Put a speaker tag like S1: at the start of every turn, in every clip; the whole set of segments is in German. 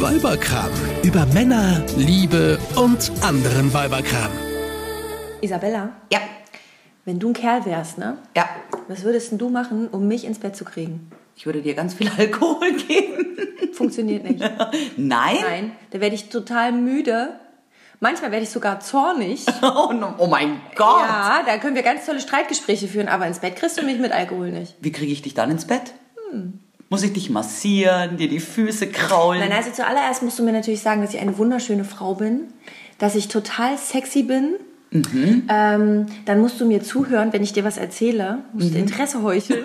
S1: Weiberkram. Über Männer, Liebe und anderen Weiberkram.
S2: Isabella,
S3: Ja,
S2: wenn du ein Kerl wärst, ne?
S3: ja.
S2: Was würdest denn du machen, um mich ins Bett zu kriegen?
S3: Ich würde dir ganz viel Alkohol geben.
S2: Funktioniert nicht.
S3: Nein?
S2: Nein, da werde ich total müde. Manchmal werde ich sogar zornig.
S3: Oh, no- oh mein Gott.
S2: Ja, da können wir ganz tolle Streitgespräche führen, aber ins Bett kriegst du mich mit Alkohol nicht.
S3: Wie kriege ich dich dann ins Bett? Muss ich dich massieren, dir die Füße kraulen?
S2: Hm. Nein, also zuallererst musst du mir natürlich sagen, dass ich eine wunderschöne Frau bin, dass ich total sexy bin. Ähm, dann musst du mir zuhören, wenn ich dir was erzähle. Musst Interesse heucheln.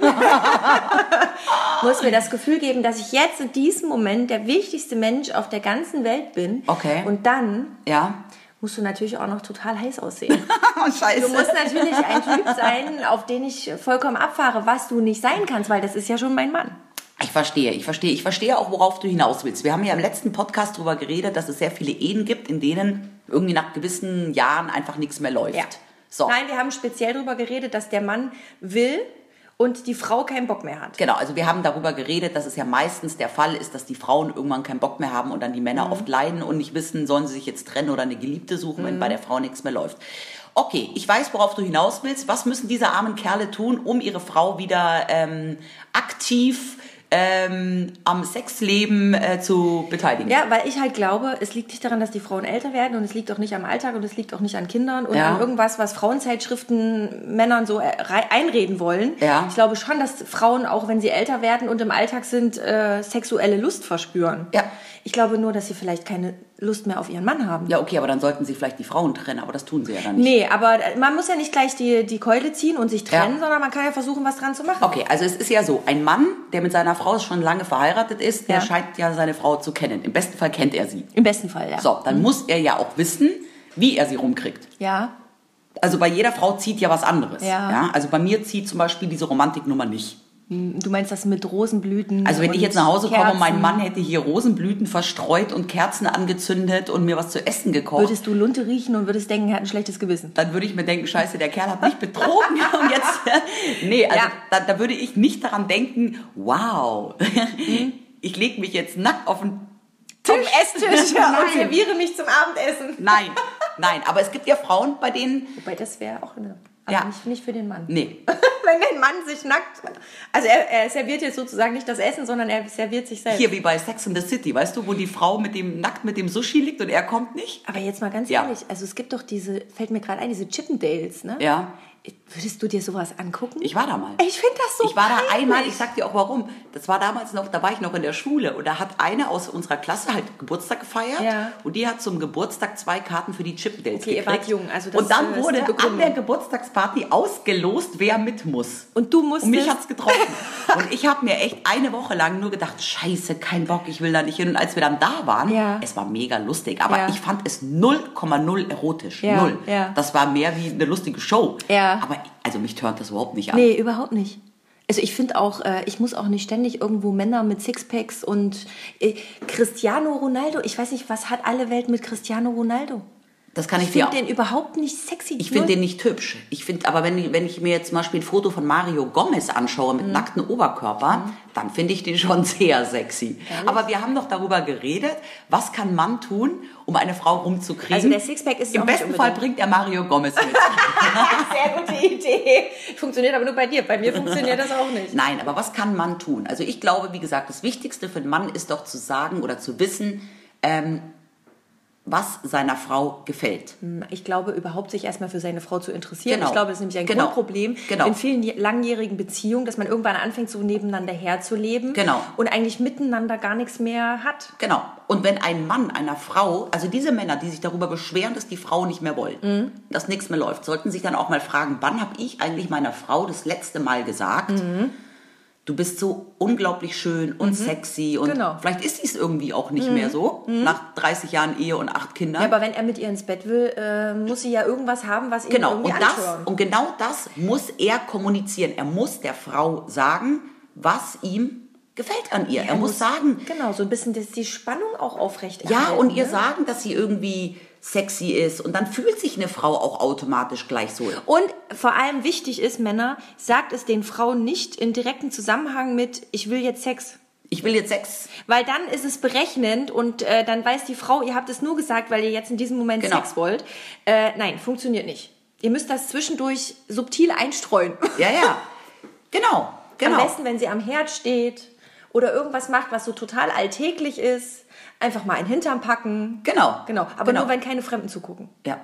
S2: Muss mir das Gefühl geben, dass ich jetzt in diesem Moment der wichtigste Mensch auf der ganzen Welt bin.
S3: Okay.
S2: Und dann
S3: Ja.
S2: musst du natürlich auch noch total heiß aussehen.
S3: Oh, scheiße.
S2: Du musst natürlich ein Typ sein, auf den ich vollkommen abfahre, was du nicht sein kannst, weil das ist ja schon mein Mann.
S3: Ich verstehe, ich verstehe, ich verstehe auch, worauf du hinaus willst. Wir haben ja im letzten Podcast darüber geredet, dass es sehr viele Ehen gibt, in denen irgendwie nach gewissen Jahren einfach nichts mehr läuft. So.
S2: Nein, wir haben speziell darüber geredet, dass der Mann will und die Frau keinen Bock mehr hat.
S3: Genau, also wir haben darüber geredet, dass es ja meistens der Fall ist, dass die Frauen irgendwann keinen Bock mehr haben und dann die Männer
S2: Mhm.
S3: oft leiden und nicht wissen, sollen sie sich jetzt trennen oder eine Geliebte suchen,
S2: Mhm.
S3: wenn bei der Frau nichts mehr läuft. Okay, ich weiß, worauf du hinaus willst. Was müssen diese armen Kerle tun, um ihre Frau wieder ähm, aktiv ähm, am Sexleben äh, zu beteiligen?
S2: Ja, weil ich halt glaube, es liegt nicht daran, dass die Frauen älter werden und es liegt auch nicht am Alltag und es liegt auch nicht an Kindern und
S3: Ja.
S2: an irgendwas, was Frauenzeitschriften Männern so äh, rei- einreden wollen.
S3: Ja.
S2: Ich glaube schon, dass Frauen, auch wenn sie älter werden und im Alltag sind, äh, sexuelle Lust verspüren.
S3: Ja.
S2: Ich glaube nur, dass sie vielleicht keine Lust mehr auf ihren Mann haben.
S3: Ja, okay, aber dann sollten sie vielleicht die Frauen trennen, aber das tun sie ja dann nicht.
S2: Nee, aber äh, man muss ja nicht gleich die, die Keule ziehen und sich trennen,
S3: Ja.
S2: sondern man kann ja versuchen, was dran zu machen.
S3: Okay, also es ist ja so, ein Mann, der mit seiner Frau schon lange verheiratet ist, der
S2: Ja.
S3: scheint ja seine Frau zu kennen. Im besten Fall kennt er sie.
S2: Im besten Fall, ja.
S3: So, dann muss er ja auch wissen, wie er sie rumkriegt.
S2: Ja.
S3: Also bei jeder Frau zieht ja was anderes.
S2: Ja.
S3: also bei mir zieht zum Beispiel diese Romantiknummer nicht.
S2: Du meinst das mit Rosenblüten?
S3: Also wenn ich
S2: und
S3: jetzt nach Hause komme
S2: Kerzen,
S3: und mein Mann hätte hier Rosenblüten verstreut und Kerzen angezündet und mir was zu essen gekocht,
S2: Würdest du Lunte riechen und würdest denken, er hat ein schlechtes Gewissen.
S3: dann würde ich mir denken, scheiße, der Kerl hat mich betrogen und jetzt, nee, also
S2: Ja.
S3: da, da würde ich nicht daran denken, wow,
S2: Mhm.
S3: ich lege mich jetzt nackt auf den
S2: Zum Esstisch
S3: Nein.
S2: und serviere mich zum Abendessen.
S3: Nein, nein, aber es gibt ja Frauen, bei denen,
S2: Wobei, das wäre auch eine... Aber
S3: Ja.
S2: nicht, nicht für den Mann.
S3: nee,
S2: Wenn der Mann sich nackt... Also er, er serviert jetzt sozusagen nicht das Essen, sondern er serviert sich selbst.
S3: hier wie bei Sex in the City, weißt du, wo die Frau mit dem nackt mit dem Sushi liegt und er kommt nicht?
S2: Aber jetzt mal ganz
S3: Ja.
S2: ehrlich, also es gibt doch diese, fällt mir gerade ein, diese Chippendales, ne?
S3: Ja.
S2: Würdest du dir sowas angucken?
S3: Ich war da mal.
S2: Ich finde das so
S3: Ich war da
S2: peinlich.
S3: einmal, ich sag dir auch warum. Das war damals noch, da war ich noch in der Schule und da hat eine aus unserer Klasse halt Geburtstag gefeiert
S2: Ja.
S3: und die hat zum Geburtstag zwei Karten für die Chippendales
S2: Okay, ihr
S3: gekriegt.
S2: wart jung, also das,
S3: und dann
S2: äh, ist
S3: wurde
S2: die
S3: an
S2: Begründung.
S3: der Geburtstagsparty ausgelost, wer mit muss.
S2: Und du musstest...
S3: Und mich hat's getroffen. und ich habe mir echt eine Woche lang nur gedacht, scheiße, kein Bock, ich will da nicht hin. Und als wir dann da waren,
S2: Ja.
S3: es war mega lustig, aber
S2: Ja.
S3: ich fand es 0,0 erotisch.
S2: Ja,
S3: Null.
S2: ja.
S3: Das war mehr wie eine lustige Show.
S2: Ja.
S3: Aber also mich turnt das überhaupt nicht an.
S2: Nee, überhaupt nicht. Also ich finde auch, äh, ich muss auch nicht ständig irgendwo Männer mit Sixpacks und äh, Cristiano Ronaldo. Ich weiß nicht, was hat alle Welt mit Cristiano Ronaldo?
S3: Das kann ich,
S2: Ich
S3: dir
S2: finde
S3: auch.
S2: den überhaupt nicht sexy.
S3: Ich finde
S2: Null.
S3: den nicht hübsch. Ich finde, aber wenn, wenn ich mir jetzt zum Beispiel ein Foto von Mario Gomez anschaue
S2: Mhm.
S3: mit nacktem Oberkörper, dann finde ich den schon sehr sexy. Aber wir haben doch darüber geredet, was kann Mann tun, um eine Frau rumzukriegen.
S2: Also der Sixpack ist es
S3: Im
S2: auch nicht
S3: besten Fall bringt er Mario Gomez mit.
S2: sehr gute Idee. Funktioniert aber nur bei dir. Bei mir funktioniert das auch nicht.
S3: Nein, aber was kann Mann tun? Also ich glaube, wie gesagt, das Wichtigste für einen Mann ist doch zu sagen oder zu wissen, ähm, was seiner Frau gefällt.
S2: Ich glaube, überhaupt sich erstmal für seine Frau zu interessieren.
S3: Genau.
S2: Ich glaube, das ist nämlich ein
S3: Genau.
S2: Grundproblem
S3: Genau.
S2: in vielen je- langjährigen Beziehungen, dass man irgendwann anfängt, so nebeneinander herzuleben
S3: Genau.
S2: und eigentlich miteinander gar nichts mehr hat.
S3: Genau. Und wenn ein Mann einer Frau, also diese Männer, die sich darüber beschweren, dass die Frau nicht mehr wollt,
S2: Mhm.
S3: dass nichts mehr läuft, sollten sich dann auch mal fragen, wann habe ich eigentlich meiner Frau das letzte Mal gesagt,
S2: Mhm.
S3: du bist so unglaublich schön und sexy und
S2: Genau. Mhm.
S3: vielleicht ist sie es irgendwie auch nicht mehr so, nach 30 Jahren Ehe und acht Kindern.
S2: Ja, aber wenn er mit ihr ins Bett will, äh, muss sie ja irgendwas haben, was ihn
S3: Genau,
S2: irgendwie
S3: und, das,
S2: anspornt.
S3: und genau das muss er kommunizieren. Er muss der Frau sagen, was ihm gefällt an ihr. er muss sagen,
S2: Genau, so ein bisschen dass die Spannung auch aufrecht
S3: ja, und ihr
S2: ne?
S3: sagen, dass sie irgendwie sexy ist. Und dann fühlt sich eine Frau auch automatisch gleich so.
S2: Und vor allem wichtig ist, Männer, sagt es den Frauen nicht in direkten Zusammenhang mit, ich will jetzt Sex.
S3: Ich will jetzt Sex.
S2: Weil dann ist es berechnend und äh, dann weiß die Frau, ihr habt es nur gesagt, weil ihr jetzt in diesem Moment
S3: Genau.
S2: Sex wollt. Äh, nein, funktioniert nicht. Ihr müsst das zwischendurch subtil einstreuen.
S3: Ja, ja. Genau, genau.
S2: Am besten, wenn sie am Herd steht oder irgendwas macht, was so total alltäglich ist. Einfach mal einen Hintern packen.
S3: Genau.
S2: Genau. Aber nur, wenn Hm. keine Fremden zugucken.
S3: Ja.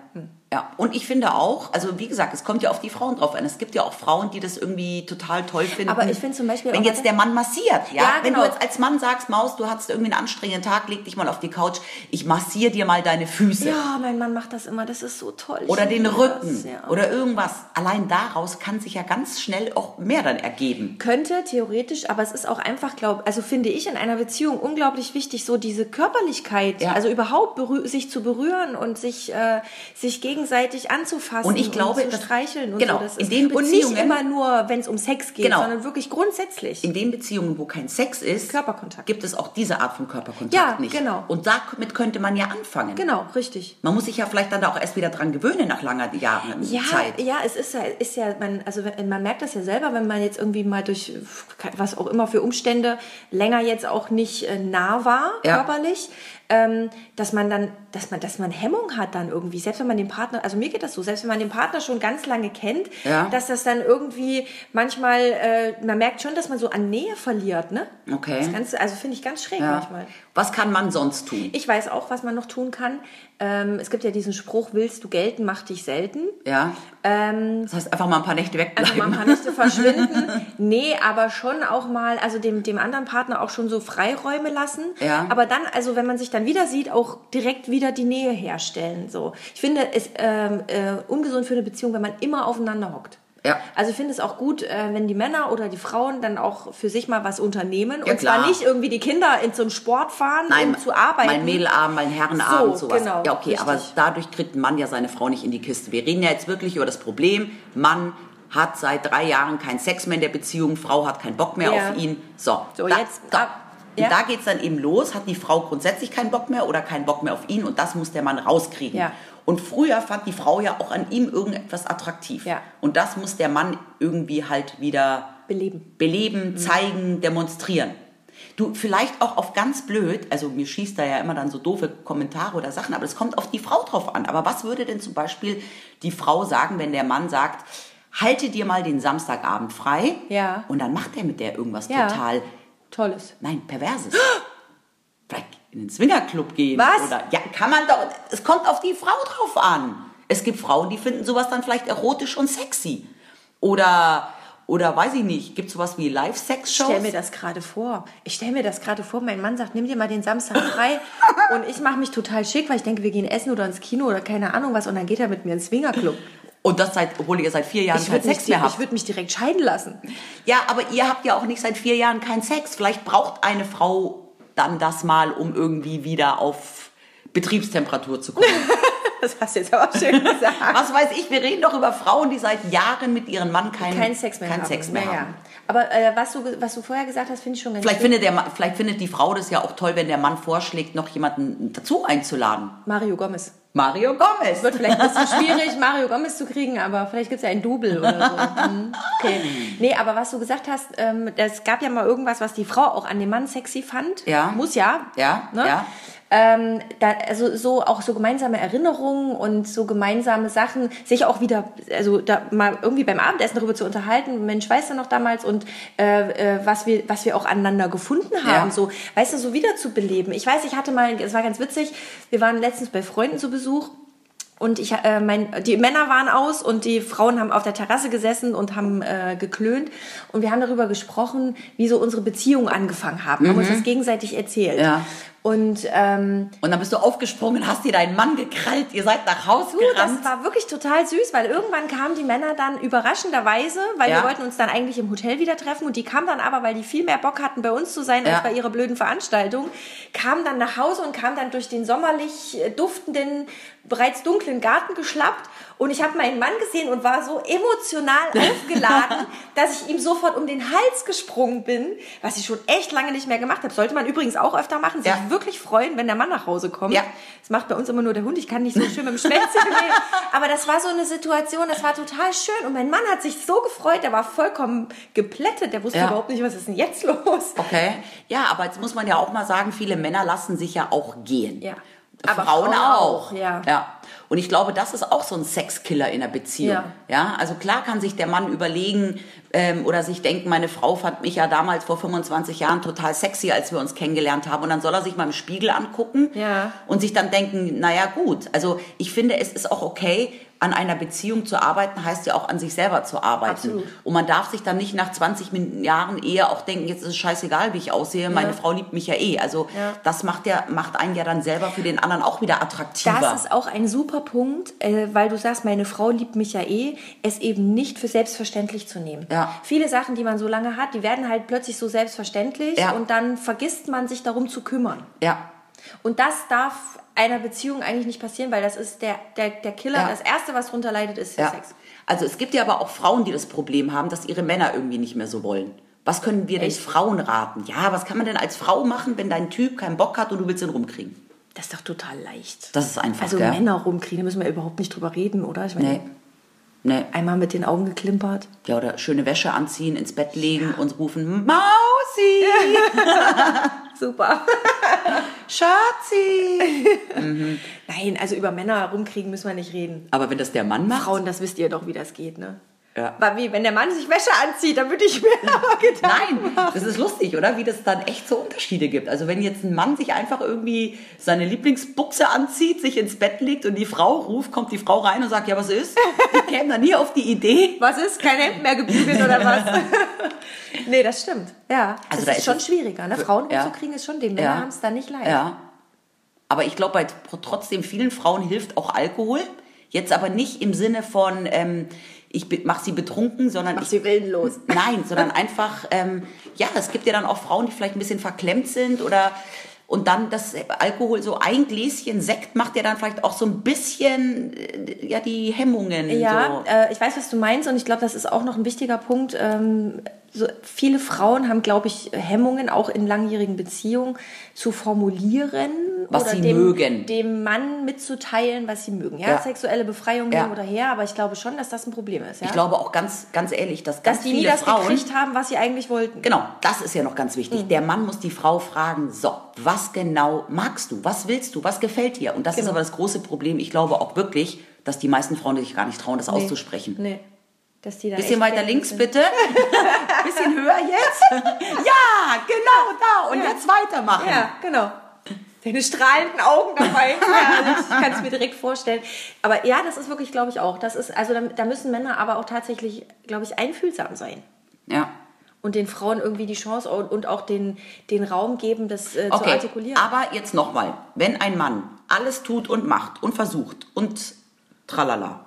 S3: Ja, und ich finde auch, also wie gesagt, es kommt ja auf die Frauen drauf an. Es gibt ja auch Frauen, die das irgendwie total toll finden.
S2: Aber ich finde zum Beispiel
S3: wenn
S2: auch-
S3: jetzt der Mann massiert, ja,
S2: Ja,
S3: wenn
S2: genau.
S3: du jetzt als Mann sagst, Maus, du hattest irgendwie einen anstrengenden Tag, leg dich mal auf die Couch, ich massiere dir mal deine Füße
S2: Ja, mein Mann macht das immer. Das ist so toll. Ich
S3: oder den
S2: liebe das,
S3: Rücken
S2: ja.
S3: oder irgendwas. Allein daraus kann sich ja ganz schnell auch mehr dann ergeben.
S2: könnte theoretisch, aber es ist auch einfach, glaube also finde ich in einer Beziehung unglaublich wichtig, so diese Körperlichkeit,
S3: Ja.
S2: also überhaupt berü- sich zu berühren und sich äh, sich gegenseitig anzufassen
S3: Und ich glaube,
S2: zu
S3: das-
S2: streicheln und
S3: genau,
S2: so. Das
S3: in
S2: ist,
S3: den
S2: und nicht
S3: Beziehungen-
S2: immer nur, wenn es um Sex geht,
S3: Genau.
S2: sondern wirklich grundsätzlich.
S3: In den Beziehungen, wo kein Sex ist,
S2: Körperkontakt.
S3: gibt es auch diese Art von Körperkontakt
S2: Ja,
S3: nicht.
S2: genau.
S3: Und damit könnte man ja anfangen.
S2: genau, richtig.
S3: Man muss sich ja vielleicht dann da auch erst wieder dran gewöhnen nach langer Jahren
S2: Ja,
S3: Zeit.
S2: ja, es ist ja, ist ja man, also wenn- man merkt das ja selber, wenn man jetzt irgendwie mal durch was auch immer für Umstände länger jetzt auch nicht äh, nah war
S3: Ja.
S2: körperlich, ähm, dass man dann, dass man, dass man Hemmung hat dann irgendwie, selbst wenn man den Partner, also mir geht das so, selbst wenn man den Partner schon ganz lange kennt,
S3: Ja.
S2: dass das dann irgendwie manchmal, äh, man merkt schon, dass man so an Nähe verliert, ne?
S3: Okay.
S2: Das Ganze, also finde ich ganz schräg
S3: Ja.
S2: manchmal.
S3: Was kann man sonst tun?
S2: Ich weiß auch, was man noch tun kann. Ähm, es gibt ja diesen Spruch, willst du gelten, macht dich selten. Ähm,
S3: Ja. das heißt, einfach mal ein paar Nächte
S2: Also
S3: wegbleiben.
S2: man kann nicht so verschwinden. Nee, aber schon auch mal, also dem, dem anderen Partner auch schon so Freiräume lassen.
S3: Ja.
S2: Aber dann, also wenn man sich dann wieder sieht, auch direkt wieder die Nähe herstellen. So. Ich finde es ähm, äh, ungesund für eine Beziehung, wenn man immer aufeinander hockt.
S3: Ja.
S2: Also ich finde es auch gut, äh, wenn die Männer oder die Frauen dann auch für sich mal was unternehmen.
S3: Ja,
S2: und zwar
S3: klar.
S2: nicht irgendwie die Kinder in zum Sport fahren, um zu arbeiten.
S3: Mein Mädelabend, mein Herrenabend,
S2: So,
S3: sowas.
S2: genau,
S3: ja, okay, aber
S2: richtig.
S3: dadurch tritt ein Mann ja seine Frau nicht in die Kiste. Wir reden ja jetzt wirklich über das Problem, Mann hat seit drei Jahren keinen Sex mehr in der Beziehung, Frau hat keinen Bock mehr
S2: Ja.
S3: auf ihn. So,
S2: So,
S3: da,
S2: jetzt
S3: da,
S2: ab- ja.
S3: Und da geht es dann eben los, hat die Frau grundsätzlich keinen Bock mehr oder keinen Bock mehr auf ihn und das muss der Mann rauskriegen.
S2: Ja.
S3: Und früher fand die Frau ja auch an ihm irgendetwas attraktiv.
S2: Ja.
S3: Und das muss der Mann irgendwie halt wieder
S2: Beleben.
S3: beleben,
S2: Mhm.
S3: zeigen, demonstrieren. Du, vielleicht auch auf ganz blöd, also mir schießt da ja immer dann so doofe Kommentare oder Sachen, aber es kommt auf die Frau drauf an. Aber was würde denn zum Beispiel die Frau sagen, wenn der Mann sagt, halte dir mal den Samstagabend frei
S2: Ja.
S3: und dann macht er mit der irgendwas
S2: Ja.
S3: total,
S2: Tolles.
S3: nein, perverses. Vielleicht in den Swingerclub gehen.
S2: Was?
S3: Oder, ja, kann man doch, es kommt auf die Frau drauf an. Es gibt Frauen, die finden sowas dann vielleicht erotisch und sexy. Oder, oder weiß ich nicht, gibt es sowas wie
S2: Ich stelle
S3: Live-Sex-Shows?
S2: mir das gerade vor. Ich stelle mir das gerade vor. Mein Mann sagt, nimm dir mal den Samstag frei. und ich mache mich total schick, weil ich denke, wir gehen essen oder ins Kino oder keine Ahnung was. Und dann geht er mit mir ins Swingerclub.
S3: Und das seit, obwohl ihr seit vier Jahren
S2: Ich
S3: keinen
S2: würde mich,
S3: Sex
S2: di-
S3: mehr
S2: ich
S3: habt.
S2: würd mich direkt scheiden lassen.
S3: Ja, aber ihr habt ja auch nicht seit vier Jahren keinen Sex. Vielleicht braucht eine Frau dann das mal, um irgendwie wieder auf Betriebstemperatur zu kommen.
S2: Das hast du jetzt aber schön gesagt.
S3: Was weiß ich, wir reden doch über Frauen, die seit Jahren mit ihrem Mann keinen,
S2: Keinen Sex mehr
S3: keinen
S2: haben.
S3: Sex mehr
S2: Ja, ja.
S3: haben.
S2: Aber äh, was, du, ge- was du vorher gesagt hast, finde ich schon ganz
S3: Vielleicht
S2: schön.
S3: findet, der, Ma- vielleicht findet die Frau das ja auch toll, wenn der Mann vorschlägt, noch jemanden dazu einzuladen.
S2: Mario Gomez.
S3: Mario Gomez.
S2: Wird vielleicht ein bisschen schwierig, Mario Gomez zu kriegen, aber vielleicht gibt es ja ein Double oder so. Hm, Okay. Nee, aber was du gesagt hast, ähm, es gab ja mal irgendwas, was die Frau auch an dem Mann sexy fand.
S3: Ja.
S2: Muss ja.
S3: Ja,
S2: Ne?
S3: ja.
S2: Ähm, da, also so auch so gemeinsame Erinnerungen und so gemeinsame Sachen, sich auch wieder, also da mal irgendwie beim Abendessen darüber zu unterhalten, Mensch, weißt du noch damals und äh, äh, was wir, was wir auch aneinander gefunden haben,
S3: Ja.
S2: so, weißt du, so wieder zu beleben. Ich weiß, ich hatte mal, es war ganz witzig, wir waren letztens bei Freunden zu Besuch. Und ich, äh, mein, die Männer waren aus und die Frauen haben auf der Terrasse gesessen und haben äh, geklönt. Und wir haben darüber gesprochen, wie so unsere Beziehungen angefangen haben. Haben uns das gegenseitig erzählt.
S3: Ja.
S2: Und ähm,
S3: Und dann bist du aufgesprungen, hast dir deinen Mann gekrallt, ihr seid nach Hause
S2: du, das
S3: gerannt.
S2: war wirklich total süß, weil irgendwann kamen die Männer dann überraschenderweise, weil
S3: Ja.
S2: wir wollten uns dann eigentlich im Hotel wieder treffen und die kamen dann aber, weil die viel mehr Bock hatten, bei uns zu sein
S3: Ja.
S2: als bei ihrer blöden Veranstaltung, kamen dann nach Hause und kamen dann durch den sommerlich äh, duftenden, bereits dunklen Garten geschlappt und ich habe meinen Mann gesehen und war so emotional aufgeladen, dass ich ihm sofort um den Hals gesprungen bin, was ich schon echt lange nicht mehr gemacht habe. Sollte man übrigens auch öfter machen, sich
S3: Ja.
S2: wirklich wirklich freuen, wenn der Mann nach Hause kommt.
S3: Ja.
S2: Das macht bei uns immer nur der Hund. Ich kann nicht so schön mit dem Schwänzchen wählen. Aber das war so eine Situation, das war total schön. Und mein Mann hat sich so gefreut, der war vollkommen geplättet. Der wusste
S3: Ja. Oh,
S2: überhaupt nicht, was ist denn jetzt los.
S3: Okay. Ja, aber jetzt muss man ja auch mal sagen, viele Männer lassen sich ja auch gehen.
S2: Ja.
S3: Aber
S2: Aber
S3: Frauen,
S2: Frauen auch,
S3: auch.
S2: ja.
S3: Und ich glaube, das ist auch so ein Sexkiller in der Beziehung. Ja.
S2: Ja.
S3: Also klar kann sich der Mann überlegen ähm, oder sich denken, meine Frau fand mich ja damals vor 25 Jahren total sexy, als wir uns kennengelernt haben. Und dann soll er sich mal im Spiegel angucken
S2: Ja.
S3: und sich dann denken, naja gut. Also ich finde, es ist auch okay, an einer Beziehung zu arbeiten, heißt ja auch an sich selber zu arbeiten.
S2: Absolut.
S3: Und man darf sich dann nicht nach 20 Min- Jahren Ehe auch denken, jetzt ist es scheißegal, wie ich aussehe, meine Frau liebt mich ja eh. Also
S2: Ja.
S3: das macht, ja, macht einen ja dann selber für den anderen auch wieder attraktiver.
S2: Das ist auch ein super Punkt, äh, weil du sagst, meine Frau liebt mich ja eh, es eben nicht für selbstverständlich zu nehmen.
S3: Ja.
S2: Viele Sachen, die man so lange hat, die werden halt plötzlich so selbstverständlich
S3: Ja.
S2: und dann vergisst man sich darum zu kümmern.
S3: ja,
S2: Und das darf einer Beziehung eigentlich nicht passieren, weil das ist der, der, der Killer.
S3: Ja.
S2: Das Erste, was drunter leidet, ist der
S3: ja.
S2: Sex.
S3: Also es gibt ja aber auch Frauen, die das Problem haben, dass ihre Männer irgendwie nicht mehr so wollen. Was können wir denn Frauen raten? Ja, was kann man denn als Frau machen, wenn dein Typ keinen Bock hat und du willst ihn rumkriegen?
S2: Das ist doch total leicht.
S3: Das ist einfach,
S2: Also
S3: gell?
S2: Männer rumkriegen, da müssen wir überhaupt nicht drüber reden, oder? Ich meine,
S3: Nee. Nee.
S2: einmal mit den Augen geklimpert.
S3: Ne? Ja, oder schöne Wäsche anziehen, ins Bett legen und rufen, Mausi!
S2: Super.
S3: Schatzi!
S2: Nein, also über Männer rumkriegen müssen wir nicht reden.
S3: Aber wenn das der Mann macht.
S2: Frauen, das wisst ihr doch, wie das geht, ne?
S3: Ja.
S2: Weil wie, wenn der Mann sich Wäsche anzieht, dann würde ich mir aber Gedanken
S3: Nein,
S2: machen.
S3: das ist lustig, oder? Wie das dann echt so Unterschiede gibt. Also wenn jetzt ein Mann sich einfach irgendwie seine Lieblingsbuchse anzieht, sich ins Bett legt und die Frau ruft, kommt die Frau rein und sagt, ja, was ist? Die kämen da nie auf die Idee.
S2: Was ist? Kein Hemd mehr gebügelt oder was? nee, das stimmt. Ja, also
S3: Also da
S2: das ist,
S3: ist
S2: schon
S3: es-
S2: schwieriger. Ne? Frauen
S3: Ja.
S2: rumzukriegen ist schon dem. Männer haben es da nicht leicht.
S3: Ja. Aber ich glaube, bei tr- trotzdem vielen Frauen hilft auch Alkohol. Jetzt aber nicht im Sinne von, ähm, ich be- mach sie betrunken, sondern
S2: Mach
S3: ich
S2: sie willenlos.
S3: Nein, sondern einfach, ähm, ja, es gibt ja dann auch Frauen, die vielleicht ein bisschen verklemmt sind oder und dann das Alkohol, so ein Gläschen Sekt macht ja dann vielleicht auch so ein bisschen äh, ja die Hemmungen.
S2: Ja,
S3: so.
S2: äh, ich weiß, was du meinst und ich glaube, das ist auch noch ein wichtiger Punkt. Ähm, so viele Frauen haben, glaube ich, Hemmungen, auch in langjährigen Beziehen zu formulieren.
S3: Was
S2: oder
S3: sie
S2: dem,
S3: mögen.
S2: Dem Mann mitzuteilen, was sie mögen. Ja,
S3: Ja.
S2: sexuelle Befreiung
S3: Ja.
S2: hin oder her, aber ich glaube schon, dass das ein Problem ist. Ja?
S3: Ich glaube auch ganz, ganz ehrlich, dass ganz
S2: dass die nie
S3: viele
S2: das
S3: Frauen
S2: gekriegt haben, Mhm. was sie eigentlich wollten.
S3: Genau, das ist ja noch ganz wichtig. Der Mann muss die Frau fragen, so, was genau magst du? Was willst du? Was gefällt dir? Und das
S2: Genau.
S3: ist aber das große Problem. Ich glaube auch wirklich, dass die meisten Frauen sich gar nicht trauen, das auszusprechen.
S2: Nee. Dass die da echt
S3: Bisschen weiter
S2: denken,
S3: links bitte. Bisschen höher jetzt. Ja, genau da. Und jetzt weitermachen.
S2: Ja, genau. Deine strahlenden Augen dabei. Herrlich. also ich kann es mir direkt vorstellen. Aber ja, das ist wirklich, glaube ich, auch. Das ist, also da, da müssen Männer aber auch tatsächlich, glaube ich, einfühlsam sein.
S3: Ja.
S2: Und den Frauen irgendwie die Chance und, und auch den, den Raum geben, das äh, zu
S3: Okay.
S2: artikulieren.
S3: Aber jetzt nochmal. Wenn ein Mann alles tut und macht und versucht und tralala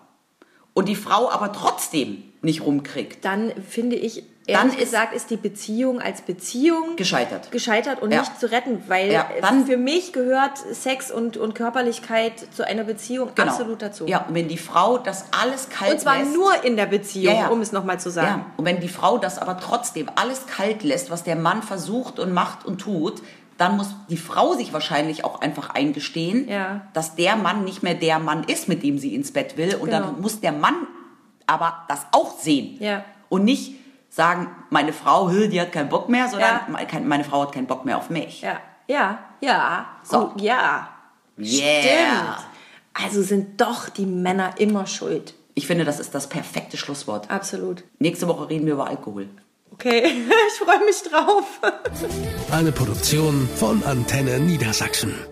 S3: und die Frau aber trotzdem nicht rumkriegt,
S2: Dann finde ich,
S3: Dann
S2: ehrlich
S3: ist-
S2: gesagt, ist die Beziehung als Beziehung
S3: gescheitert.
S2: gescheitert und
S3: Ja.
S2: nicht zu retten, weil
S3: Ja, dann-
S2: für mich gehört Sex und, und Körperlichkeit zu einer Beziehung
S3: Genau.
S2: absolut dazu.
S3: Ja, und wenn die Frau das alles kalt
S2: Und zwar
S3: lässt,
S2: nur in der Beziehung,
S3: Ja, ja.
S2: um es nochmal zu sagen.
S3: Ja, und wenn die Frau das aber trotzdem alles kalt lässt, was der Mann versucht und macht und tut, dann muss die Frau sich wahrscheinlich auch einfach eingestehen,
S2: Ja.
S3: dass der Mann nicht mehr der Mann ist, mit dem sie ins Bett will. Und dann
S2: Genau.
S3: muss der Mann aber das auch sehen.
S2: Ja.
S3: Und nicht sagen, meine Frau, hö, die hat keinen Bock mehr, sondern
S2: Ja.
S3: "Me- kein- meine Frau hat keinen Bock mehr auf mich.
S2: Ja, ja, ja.
S3: So.
S2: Gut, ja.
S3: Yeah.
S2: Stimmt. Also sind doch die Männer immer schuld.
S3: Ich finde, das ist das perfekte Schlusswort.
S2: Absolut.
S3: Nächste Woche reden wir über Alkohol.
S2: Okay, ich freue mich drauf.
S1: Eine Produktion von Antenne Niedersachsen.